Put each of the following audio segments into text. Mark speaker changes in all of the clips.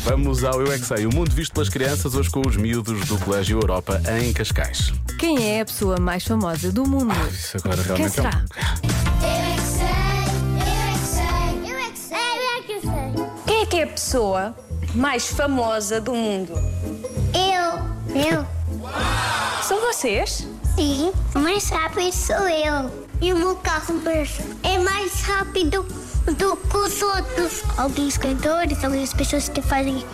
Speaker 1: Vamos ao Eu É Que Sei, o mundo visto pelas crianças, hoje com os miúdos do Colégio Europa em Cascais.
Speaker 2: Quem é a pessoa mais famosa do mundo?
Speaker 1: Isso agora
Speaker 2: Quem
Speaker 1: realmente é um-
Speaker 2: será?
Speaker 3: Quem é que é a pessoa mais famosa do mundo?
Speaker 4: Eu, eu,
Speaker 3: São vocês?
Speaker 4: sim, o mais rápido sou eu. E o meu carro mesmo é mais rápido do que os outros. Alguns cantores, algumas pessoas que fazem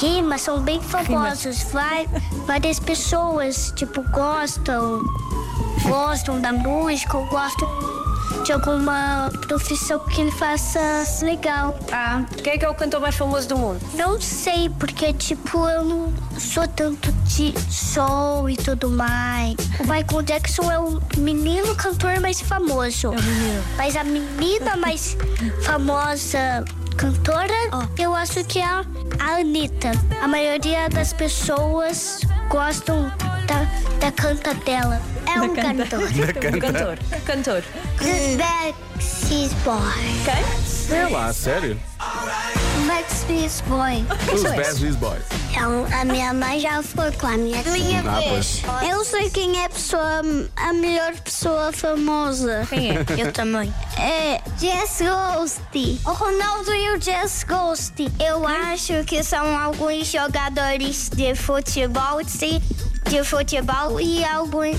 Speaker 4: rimas são bem famosos. Vai, várias pessoas, tipo, gostam, gostam da música, ou gostam de alguma profissão que ele faça legal.
Speaker 3: Ah, quem é que é o cantor mais famoso do mundo?
Speaker 4: Não sei, porque, tipo, eu não sou tanto de sol e tudo mais. O Michael Jackson é o menino cantor mais
Speaker 3: É
Speaker 4: famoso. Mas a menina mais famosa cantora, eu acho que é a Anitta. A maioria das pessoas gostam da, da canta dela. É um cantor.
Speaker 3: O cantor. Cantor.
Speaker 4: The Backstreet Boy.
Speaker 3: Quem?
Speaker 1: É lá, sério?
Speaker 4: Backstreet Boy.
Speaker 1: Os Bad Boys.
Speaker 4: Então, a minha mãe já foi com a minha Minha
Speaker 1: Ah, vez.
Speaker 4: Eu sei quem é a pessoa, a melhor pessoa famosa.
Speaker 3: Quem é?
Speaker 4: Eu também. É Jess Ghost. O Ronaldo e o Jess Ghost. Eu acho que são alguns jogadores de futebol, sim, de futebol e alguns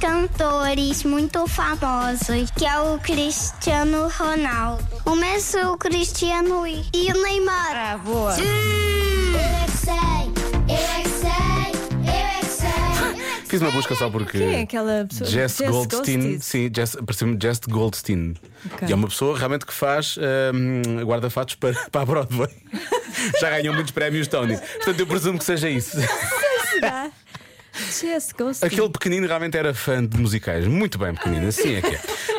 Speaker 4: cantores muito famosos, que é o Cristiano Ronaldo. O Messi, o Cristiano e e o Neymar.
Speaker 3: Ah, boa.
Speaker 1: Fiz uma busca só porque.
Speaker 2: Quem é aquela pessoa?
Speaker 1: Jess, Goldstein,
Speaker 2: Goldstein.
Speaker 1: sim, Jess, parecia-me Jess Goldstein.
Speaker 2: Ok.
Speaker 1: E é uma pessoa realmente que faz hum, guarda-fatos para, para a Broadway. Já ganhou muitos prémios, Tony. Portanto, eu presumo que seja isso.
Speaker 2: Será? Jess Goldstein.
Speaker 1: Aquele pequenino realmente era fã de musicais. Muito bem, pequenino, assim é que é.